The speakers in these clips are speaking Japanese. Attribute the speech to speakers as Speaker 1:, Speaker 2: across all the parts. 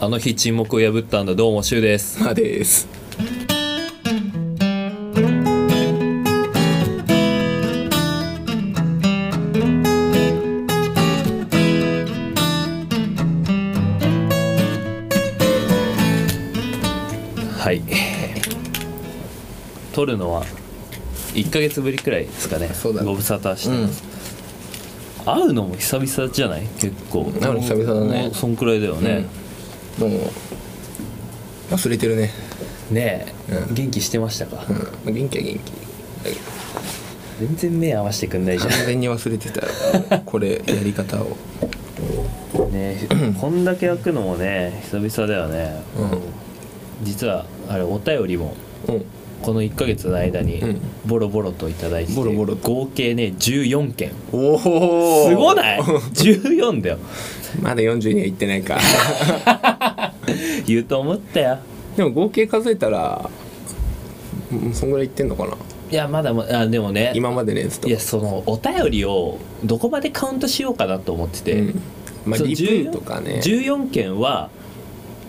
Speaker 1: あの日沈黙を破ったんだどうもシュウです
Speaker 2: まあです
Speaker 1: はい撮るのは1ヶ月ぶりくらいですかね
Speaker 2: そうだね
Speaker 1: ご無沙汰し
Speaker 2: う
Speaker 1: て
Speaker 2: ん
Speaker 1: ます、会うのも久々じゃない結構
Speaker 2: なんか久々だね
Speaker 1: もうそんくらいだよね、
Speaker 2: もう忘れてるね、
Speaker 1: ねえ、
Speaker 2: う
Speaker 1: 元気してましたか、
Speaker 2: うんまあ、元気は元気
Speaker 1: 全然目合わせてくんないじゃん
Speaker 2: 完全に忘れてたこれやり方を
Speaker 1: ねこんだけ開くのもね久々だよね、実はあれお便りも
Speaker 2: うんうん
Speaker 1: この1ヶ月の間に
Speaker 2: うん
Speaker 1: ボロボロといただいてて
Speaker 2: ボロボロと
Speaker 1: 合計ね14件
Speaker 2: おお
Speaker 1: すごない14だよ
Speaker 2: まだ40にはいってないか
Speaker 1: 言うと思ったよ
Speaker 2: でも合計数えたらうんそんぐらいいってんのかない
Speaker 1: やまだまあでもね
Speaker 2: 今までのやつと
Speaker 1: いやそのお便りをどこまでカウントしようかなと思ってて、
Speaker 2: うんまあ
Speaker 1: その
Speaker 2: リプ
Speaker 1: 14
Speaker 2: とかね
Speaker 1: 14件は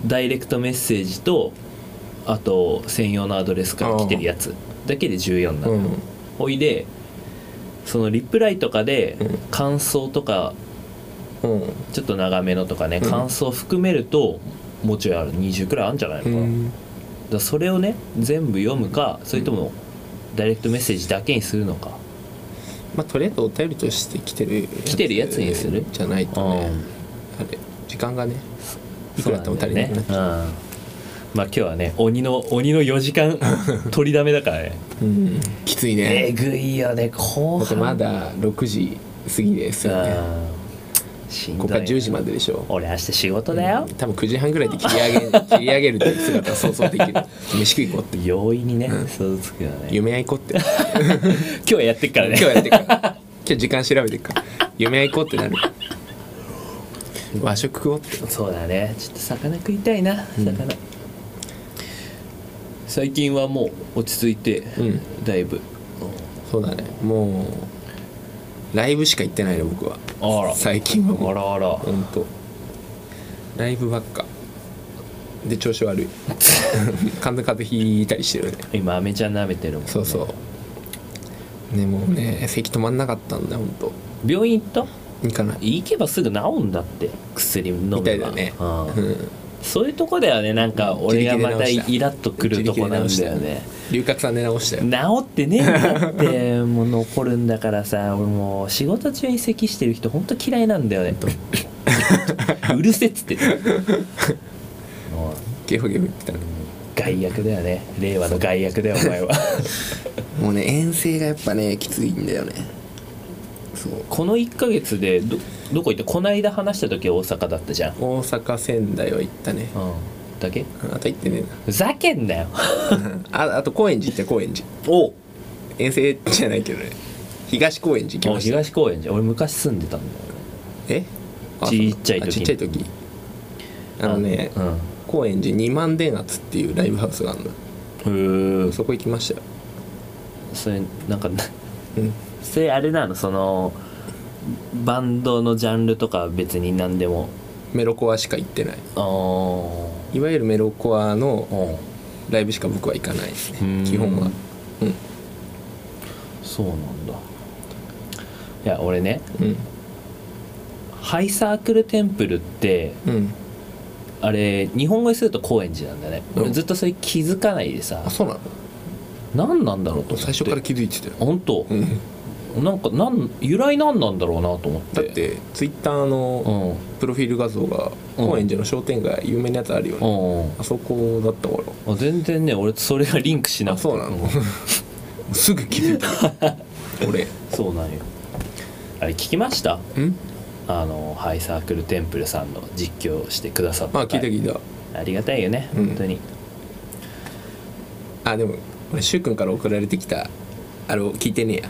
Speaker 1: ダイレクトメッセージとあと専用のアドレスから来てるやつだけで14なの、
Speaker 2: うん
Speaker 1: おいでそのリプライとかで
Speaker 2: うん
Speaker 1: 感想とか
Speaker 2: うん
Speaker 1: ちょっと長めのとかね、
Speaker 2: うん
Speaker 1: 感想含めるともうちょいある20くらいあるんじゃないの
Speaker 2: う
Speaker 1: かな、だか
Speaker 2: ん
Speaker 1: らそれをね全部読むかそれともダイレクトメッセージだけにするのか、
Speaker 2: まあとりあえずお便りとして来てる
Speaker 1: 来てるやつにする
Speaker 2: じゃないとねあれ時間がねいくらあっても足りなくなっち
Speaker 1: そうなんだよねうんまあ今日はね鬼の鬼の4時 間取りだめだからね
Speaker 2: うんきつい
Speaker 1: え
Speaker 2: ね
Speaker 1: ぐいよね後
Speaker 2: だって
Speaker 1: 半
Speaker 2: まだ6時過ぎですよ
Speaker 1: う
Speaker 2: ね
Speaker 1: んしんど
Speaker 2: こ
Speaker 1: い
Speaker 2: こ
Speaker 1: な
Speaker 2: から10時まででしょ
Speaker 1: 俺明日仕事だよ、
Speaker 2: 多分9時半ぐらいで切り上 げ切り上げるっていう姿は想像できる飯食い行こうって
Speaker 1: 容易にね想像つくよね今
Speaker 2: 夢屋行こうって
Speaker 1: 日はやってっから
Speaker 2: 今
Speaker 1: ね
Speaker 2: 日やってっから今日時間調べてっから夢屋行こうってなる和食食おうって
Speaker 1: そうだねちょっと魚食いたいな魚、最近はもう落ち着いて、
Speaker 2: うん
Speaker 1: だいぶ
Speaker 2: そうだねもうライブしか行ってないの僕は
Speaker 1: あら
Speaker 2: 最近は
Speaker 1: あ
Speaker 2: もう
Speaker 1: らあら
Speaker 2: ほんとライブばっかで調 子悪い完全風邪ひいたりしてるね
Speaker 1: 今アメちゃん舐めてるもん、ね、
Speaker 2: そうそうねもうね咳止まんなかったんだよほんと
Speaker 1: 病院行った
Speaker 2: 行かない
Speaker 1: 行けばすぐ治んだって薬飲めば
Speaker 2: みたいだね
Speaker 1: うん
Speaker 2: うん
Speaker 1: そういうとこだよねなんか俺がまたイラッとくるとこなんだよね
Speaker 2: 龍角散で直したよ
Speaker 1: 治ってねえんだって もう残るんだからさ俺もう仕事中に咳してる人ほんと嫌いなんだよね うるせえっつ ってもう
Speaker 2: ゲフゲフ言ってたの
Speaker 1: 害悪だよね令和の害悪だよお前 は
Speaker 2: もうね遠征がやっぱねきついんだよねそう
Speaker 1: この1ヶ月でどどこ行ったこないだ話した時は大阪だったじゃん、うん、
Speaker 2: 大阪仙台は行ったね
Speaker 1: だけ
Speaker 2: あと行ってね
Speaker 1: ふざけんなよ
Speaker 2: えなああと高円寺行った高円寺
Speaker 1: お
Speaker 2: 遠征じゃないけどね東高円寺行き
Speaker 1: もう
Speaker 2: ました
Speaker 1: 東公園じゃん俺昔住んでたんだよね
Speaker 2: えあ
Speaker 1: ちっちゃい時
Speaker 2: あちっちゃい時あのね
Speaker 1: うん
Speaker 2: 高円寺二万電圧っていうライブハウスがあるの
Speaker 1: へえ
Speaker 2: そこ行きましたよ
Speaker 1: それなんか な
Speaker 2: うん
Speaker 1: それあれなのそのバンドのジャンルとかは別に何でも
Speaker 2: メロコアしか行ってない
Speaker 1: ああ
Speaker 2: いわゆるメロコア
Speaker 1: う
Speaker 2: の
Speaker 1: ん
Speaker 2: ライブしか僕は行かないです
Speaker 1: うーん
Speaker 2: ね基本はうん
Speaker 1: そうなんだいや俺ね
Speaker 2: うん
Speaker 1: ハイサークルテンプルって
Speaker 2: うん
Speaker 1: あれ日本語にすると高円寺なんだね、
Speaker 2: うん
Speaker 1: 俺ずっとそれ気づかないでさ
Speaker 2: あそうなの
Speaker 1: 何なんだろうと思って
Speaker 2: 最初から気づいてたよ、
Speaker 1: 本当、
Speaker 2: うん、
Speaker 1: なんかなん由来何なんだろうなと思っ
Speaker 2: だ
Speaker 1: て
Speaker 2: ってツイッター
Speaker 1: う
Speaker 2: の
Speaker 1: んうん
Speaker 2: プロフィール画像が
Speaker 1: うん
Speaker 2: 高円寺の商店街有名なやつあるよね、
Speaker 1: うん
Speaker 2: あそこだったから
Speaker 1: あ全然ね俺それがリンクしな
Speaker 2: あ
Speaker 1: くて
Speaker 2: そうなの すぐ気づいたよ俺
Speaker 1: そうなんよあれ聞きました
Speaker 2: ん
Speaker 1: あのハイサークルテンプルさんの実況をしてくださった
Speaker 2: まあ聞いた聞いた、
Speaker 1: ありがたいよね、
Speaker 2: うん
Speaker 1: 本当に
Speaker 2: あでも俺く君から送られてきたあれを聞いてねえ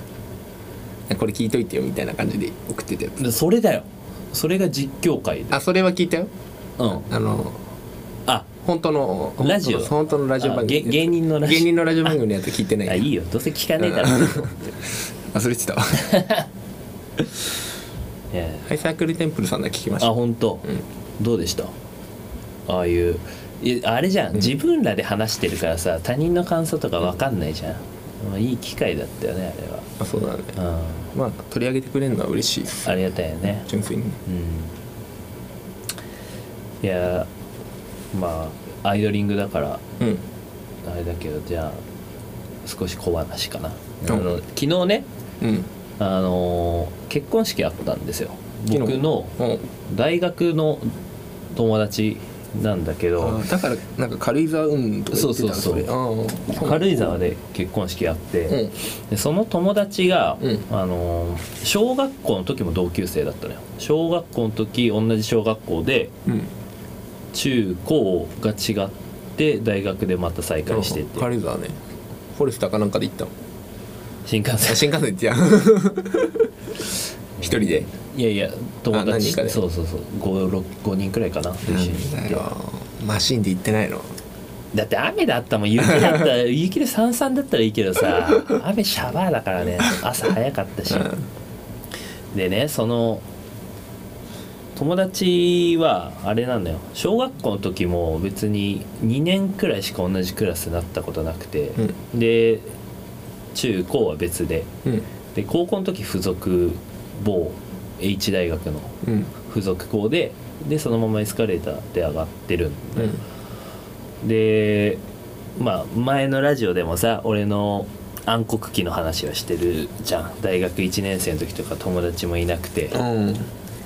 Speaker 2: やこれ聞いといてよみたいな感じで送ってたやつ
Speaker 1: でそれだよそれが実況会で
Speaker 2: あそれは聞いたよ
Speaker 1: うん
Speaker 2: あの
Speaker 1: あ
Speaker 2: 本当の
Speaker 1: ラジオ
Speaker 2: 本当の本当のラジオ番組
Speaker 1: あ芸芸人のラジオ
Speaker 2: 芸人のラジオ番組のやつ聞いてない
Speaker 1: あいいよどうせ聞かねえだろ
Speaker 2: うん
Speaker 1: と思って
Speaker 2: 忘れ てたわハ
Speaker 1: いや
Speaker 2: イサークルテンプルさんだけ聞きまし
Speaker 1: あ
Speaker 2: た
Speaker 1: 本当、どうでしたああいういやあれじゃん、自分らで話してるからさ他人の感想とか分かんないじゃん、まあいい機会だったよね
Speaker 2: あそうだね
Speaker 1: あれは、
Speaker 2: まあ取り上げてくれるのは嬉しいです
Speaker 1: うん、ありがたいよね
Speaker 2: 純粋にね
Speaker 1: うんいやまあアイドリングだから
Speaker 2: うん
Speaker 1: あれだけどじゃあ少し小話かな、
Speaker 2: うん
Speaker 1: あの昨日ね
Speaker 2: うん
Speaker 1: あのー結婚式あったんですよ
Speaker 2: 昨日
Speaker 1: 僕の
Speaker 2: うん
Speaker 1: 大学の友達なんだけど
Speaker 2: あだからなんか軽井沢運とか言ってたの
Speaker 1: そうそうそう
Speaker 2: れああ
Speaker 1: 軽井沢で結婚式あって、
Speaker 2: うん
Speaker 1: でその友達が、
Speaker 2: うん
Speaker 1: あのー小学校の時も同級生だったのよ小学校の時同じ小学校で
Speaker 2: うん
Speaker 1: 中高が違って大学でまた再会してて、
Speaker 2: 軽井沢ねフォレスターかなんかで行っ たの
Speaker 1: 新幹
Speaker 2: あ
Speaker 1: 線
Speaker 2: 新幹線行ってや 一人で
Speaker 1: いやいや友
Speaker 2: あ何人
Speaker 1: 達
Speaker 2: かで
Speaker 1: そうそうそう 5, 5人くらいかな一緒に行って
Speaker 2: マシンで行ってないの
Speaker 1: だって雨だったもん雪だったら雪でさんさんだったらいいけどさ雨シャワーだからね朝早かったし、でねその友達はあれなんだよ小学校の時も別に2年くらいしか同じクラスになったことなくて、で中高は別で
Speaker 2: うんうん
Speaker 1: で高校の時付属某 H 大学の
Speaker 2: うん
Speaker 1: 付属校ででそのままエスカレーターで上がってるん
Speaker 2: うん
Speaker 1: でまあ前のラジオでもさ俺の暗黒期の話をしてるじゃん大学1年生の時とか友達もいなくて、
Speaker 2: うん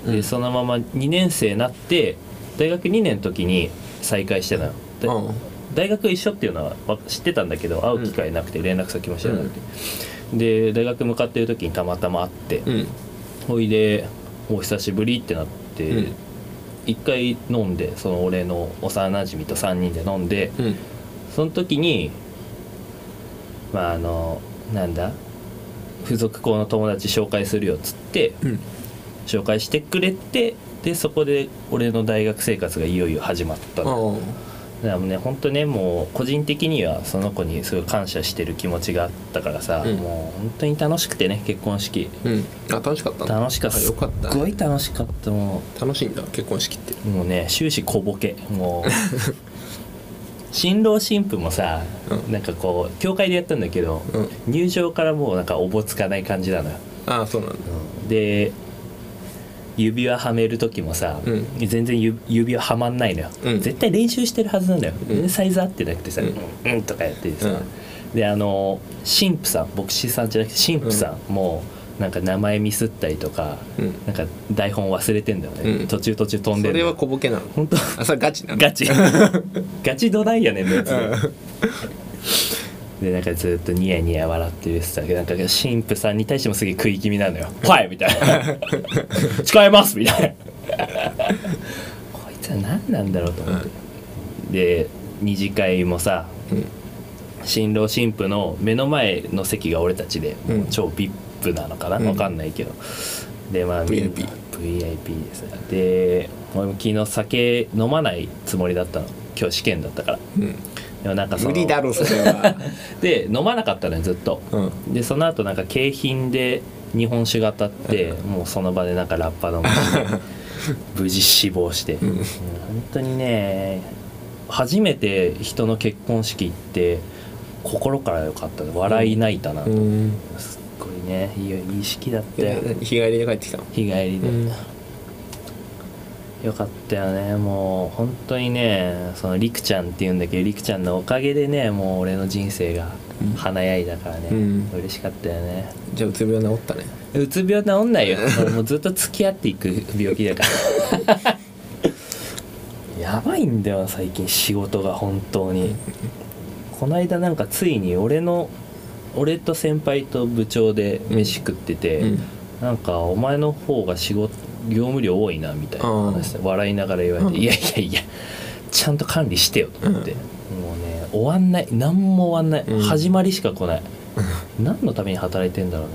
Speaker 1: でそのまま2年生になって大学2年の時に再会してたの、で
Speaker 2: うん
Speaker 1: 大学一緒っていうのはわ知ってたんだけど会う機会なくて連絡先も知らなくて、で大学向かってる時にたまたま会って、
Speaker 2: うん
Speaker 1: ほいで「お久しぶり」ってなって、
Speaker 2: うん
Speaker 1: 一回飲んでその俺の幼馴染と3人で飲んで、
Speaker 2: うん
Speaker 1: その時にまああのなんだ付属校の友達紹介するよっつって
Speaker 2: うん
Speaker 1: 紹介してくれてでそこで俺の大学生活がいよいよ始まったの
Speaker 2: うん
Speaker 1: だからね本当ねもう個人的にはその子にすごい感謝してる気持ちがあったからさ、
Speaker 2: うん
Speaker 1: もう本当に楽しくてね結婚式
Speaker 2: うんあ楽しかったんだ
Speaker 1: 楽しかった
Speaker 2: あよかった
Speaker 1: すっごい楽しかったもう
Speaker 2: 楽しいんだ結婚式って
Speaker 1: もうね終始小ボケもう 新郎新婦もさ、
Speaker 2: う
Speaker 1: なんかこう教会でやったんだけど、
Speaker 2: うん
Speaker 1: 入場からもうなんかおぼつかない感じなのよ、
Speaker 2: ああそうなんだ
Speaker 1: で指輪はめる時もさ、
Speaker 2: うん
Speaker 1: 全然ゆ指輪はまんないのよ、
Speaker 2: うん
Speaker 1: 絶対練習してるはずなんだよ、
Speaker 2: うん
Speaker 1: サイズ合ってなくてさ「
Speaker 2: う
Speaker 1: うんん」うんとかやっててさ、
Speaker 2: うん
Speaker 1: であの神父さん牧師さんじゃなくて神父さんも、なんか名前ミスったりとか、
Speaker 2: うん
Speaker 1: なんか台本忘れてんだよね、
Speaker 2: うん
Speaker 1: 途中途中飛ん
Speaker 2: そ
Speaker 1: でんだ
Speaker 2: れ
Speaker 1: よ
Speaker 2: は小ボケなの
Speaker 1: 本当
Speaker 2: あそれガチなの
Speaker 1: ガチ ガチドライやねんのやつでなんかずっとニヤニヤ笑ってるってたけどなんか神父さんに対してもすげえ食い気味なのよ「はい!」みたい な「誓います!」みたいなこいつは何なんだろうと思って、で二次会もさ
Speaker 2: うん
Speaker 1: 新郎新婦の目の前の席が俺たちで、
Speaker 2: うん
Speaker 1: もう超 VIP なのかな、
Speaker 2: うん
Speaker 1: わかんないけどでまあみんな
Speaker 2: VIP
Speaker 1: VIP ですねで俺も昨日酒飲まないつもりだったの今日試験だったから
Speaker 2: うん
Speaker 1: でもなんかその
Speaker 2: 無理だろそれは
Speaker 1: で飲まなかったのよずっと、
Speaker 2: うん
Speaker 1: でその後なんか景品で日本酒が当たって、もうその場でなんかラッパ飲 まして無事死亡して、
Speaker 2: ん
Speaker 1: うん本当にね初めて人の結婚式行って心から良かったね笑い泣いたな、
Speaker 2: うん
Speaker 1: すっごいねいいいい式だったよ
Speaker 2: 日帰りで帰ってきたの
Speaker 1: 日帰りで、
Speaker 2: うん
Speaker 1: よかったよねもう本当にねそのりくちゃんっていうんだけどりくちゃんのおかげでねもう俺の人生が
Speaker 2: うん
Speaker 1: 華やいだからね、
Speaker 2: うん
Speaker 1: 嬉しかったよね
Speaker 2: じゃあうつ病治ったね
Speaker 1: うつ病治んない よ俺もうずっと付き合っていく病気だから やばいんだよ最近仕事が本当にこの間なんかついに俺の俺と先輩と部長で飯食ってて、
Speaker 2: うん
Speaker 1: なんかお前の方が仕事業務量多いなみたいな話で笑いながら言われて、
Speaker 2: うん
Speaker 1: いやいやいやちゃんと管理してよと思って、
Speaker 2: う
Speaker 1: もうね終わんない何も終わんない、
Speaker 2: うん
Speaker 1: 始まりしか来ない何のために働いてんだろ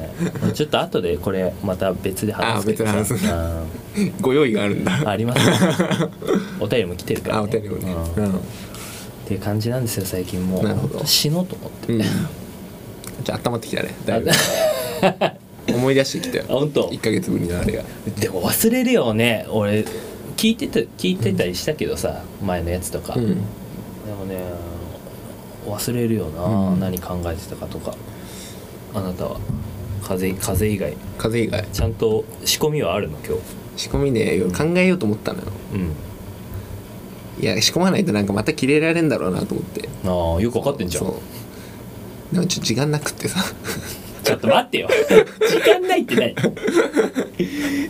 Speaker 1: う ねちょっと後でこれまた別で話すけど
Speaker 2: あ別で話すん
Speaker 1: あ
Speaker 2: ご用意があるん
Speaker 1: ー
Speaker 2: だ
Speaker 1: あり ます、ね、お便りも来てるから、ね、
Speaker 2: あお便りもね
Speaker 1: うん
Speaker 2: う
Speaker 1: っ
Speaker 2: ん
Speaker 1: ていう感じなんですよ最近もう
Speaker 2: なるほど
Speaker 1: 死のうと思って、
Speaker 2: うんじゃあ温まってきたねだいぶ思い出してきたよ
Speaker 1: あ本当
Speaker 2: 1か月ぶりのあれが
Speaker 1: でも忘れるよね俺聞いてた聞いてたりしたけどさ、前のやつとか、
Speaker 2: う
Speaker 1: で
Speaker 2: ん
Speaker 1: もね忘れるよな、
Speaker 2: うん
Speaker 1: 何考えてたかとかあなたは風邪風邪以外
Speaker 2: 風邪以外
Speaker 1: ちゃんと仕込みはあるの今日
Speaker 2: 仕込みね考えようと思ったのよ
Speaker 1: うん
Speaker 2: いや仕込まないとなんかまた切れられんだろうなと思って
Speaker 1: ああよくわかってんじゃん
Speaker 2: そうでもちょっと時間なくってさ
Speaker 1: ちょっと待ってよ時間ないってない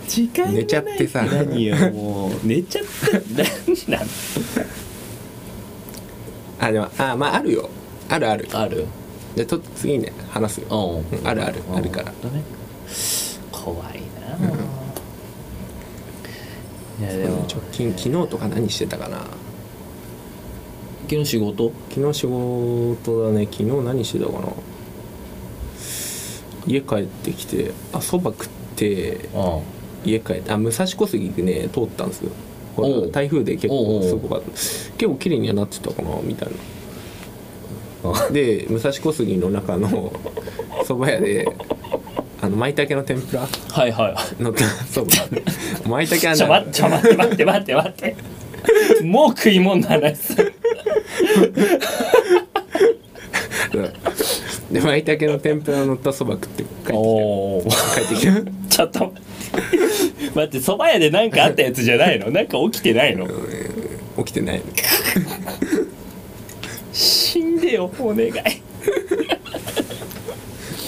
Speaker 1: 時間がない
Speaker 2: 寝ちゃってさ
Speaker 1: 何よもう寝ちゃった何なん
Speaker 2: あでもあまああるよあるある
Speaker 1: ある
Speaker 2: じゃあと次ね話すよ
Speaker 1: う
Speaker 2: うんあるあるあるから
Speaker 1: ほんとね怖いなあ、いやでも
Speaker 2: 直近昨日とか何してたかな
Speaker 1: 昨日仕事
Speaker 2: 昨日仕事だね昨日何してたかな家帰ってきてあそば食って
Speaker 1: あ
Speaker 2: 家帰ってあ武蔵小杉でね通ったんですよほ
Speaker 1: おう
Speaker 2: ら台風で結
Speaker 1: おうおう
Speaker 2: 構すごかった結構綺麗にはなってたかなみたい
Speaker 1: あ
Speaker 2: なで武蔵小杉の中の 蕎麦屋であの舞茸の天ぷ
Speaker 1: は
Speaker 2: ら
Speaker 1: いはい
Speaker 2: のった蕎麦舞茸あん
Speaker 1: ち
Speaker 2: じ
Speaker 1: ょ
Speaker 2: ゃ
Speaker 1: 待っ
Speaker 2: ん
Speaker 1: てちょ待って待って待って待ってもう食い物の話する
Speaker 2: うんで舞茸の天ぷらのった蕎麦食って帰って
Speaker 1: おー
Speaker 2: きた帰ってきた
Speaker 1: ちょっと待って待って蕎麦屋で何かあったやつじゃないのなんか起きてないの
Speaker 2: 起きてない
Speaker 1: 死んでよお願い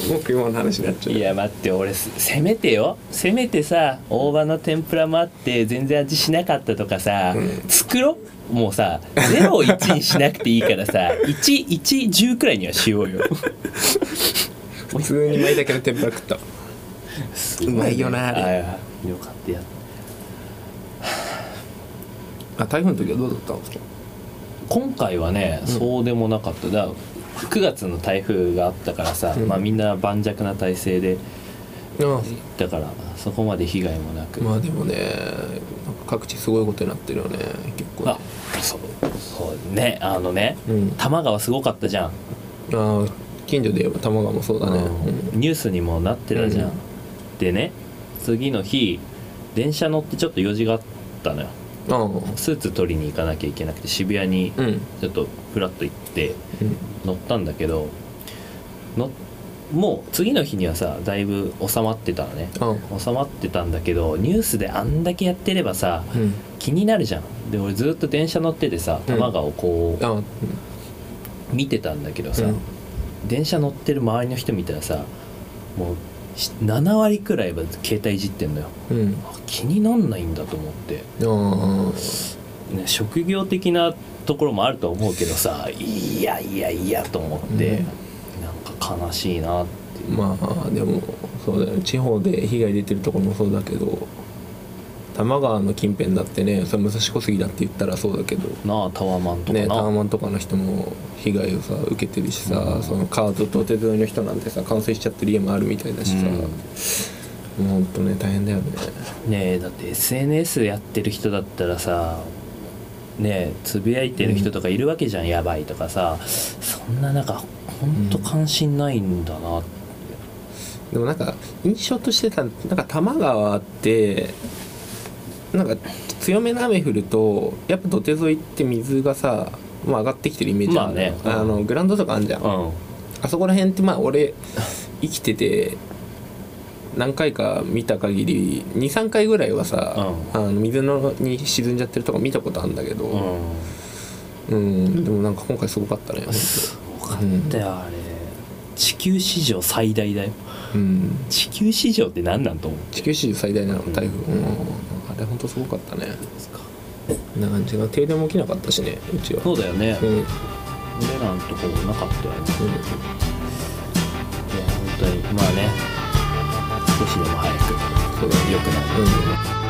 Speaker 2: もう食い物の話になっちゃう
Speaker 1: いや待って俺すせめてよせめてさ大葉の天ぷらもあって全然味しなかったとかさ、作ろうもうさ0を1にしなくていいからさ110くらいにはしようよ
Speaker 2: 普通に舞茸の天ぷら食ったうまいよなあれ
Speaker 1: あよかったや
Speaker 2: あ台風の時はどうだったんですか
Speaker 1: 今回はね、そうでもなかっただ9月の台風があったからさ、
Speaker 2: うん
Speaker 1: まあみんな盤石な体制で
Speaker 2: あ
Speaker 1: だからそこまで被害もなく、
Speaker 2: まあでもねなんか各地すごいことになってるよね結構
Speaker 1: あそうそうねあのね、
Speaker 2: うん
Speaker 1: 多摩川すごかったじゃん、
Speaker 2: あ近所で言えば玉川もそうだね、
Speaker 1: うんニュースにもなってたじゃん、
Speaker 2: うん
Speaker 1: でね次の日電車乗ってちょっと用事があったのよ
Speaker 2: うん、あ
Speaker 1: スーツ取りに行かなきゃいけなくて渋谷に
Speaker 2: うん
Speaker 1: ちょっとフラッと行って乗ったんだけどのもう次の日にはさだいぶ収まってたのね
Speaker 2: あ
Speaker 1: 収まってたんだけどニュースであんだけやってればさ
Speaker 2: うん
Speaker 1: 気になるじゃんで俺ずっと電車乗っててさ多摩川をこ
Speaker 2: あうん
Speaker 1: う見てたんだけどさ、
Speaker 2: うん
Speaker 1: 電車乗ってる周りの人見たらさもうし7割くらいは携帯いじってんのよ
Speaker 2: うん
Speaker 1: あ気になんないんだと思って、
Speaker 2: あ
Speaker 1: ね、職業的なところもあると思うけどさいやいやいやと思って、なんか悲しいなっていう
Speaker 2: まあでもそうだよね地方で被害出てるところもそうだけど多摩川の近辺だってねそれ武蔵小杉だって言ったらそうだけど
Speaker 1: なあタワマンとかな、
Speaker 2: ね、タワマンとかの人も被害をさ受けてるしさ、その川と土手沿いの人なんてさ冠水しちゃってる家もあるみたいだしさ、
Speaker 1: うん
Speaker 2: もうほんとね大変だよね
Speaker 1: ねえだって SNS やってる人だったらさねえつぶやいてる人とかいるわけじゃん、やばいとかさそんな中ほんと関心ないんだなって、
Speaker 2: でもなんか印象としてさなんか多摩川ってなんか強めの雨降るとやっぱ土手沿いって水がさ、まあ、上がってきてるイメージるのよ
Speaker 1: まあねうん
Speaker 2: あのグラウンドとかあんじゃん、
Speaker 1: うん
Speaker 2: あそこら辺ってまあ俺生きてて何回か見た限り23回ぐらいはさ、あの水のに沈んじゃってるとか見たことあるんだけ
Speaker 1: う
Speaker 2: ど、
Speaker 1: ん
Speaker 2: うんでもなんか今回すごかったね、
Speaker 1: すごかったよあれ地球史上最大だよ
Speaker 2: うん、
Speaker 1: 地球史上って何なんと思うんで
Speaker 2: 地球史上最大なの台風、
Speaker 1: う
Speaker 2: うんんあれほんとすごかったね
Speaker 1: すか
Speaker 2: こんな感じが停電も起きなかったしねうちは
Speaker 1: そうだよね、
Speaker 2: うん、うん
Speaker 1: 俺らのとこなかったよねいや本当にまあね少しでも早く
Speaker 2: そうだね
Speaker 1: 良くなる
Speaker 2: うん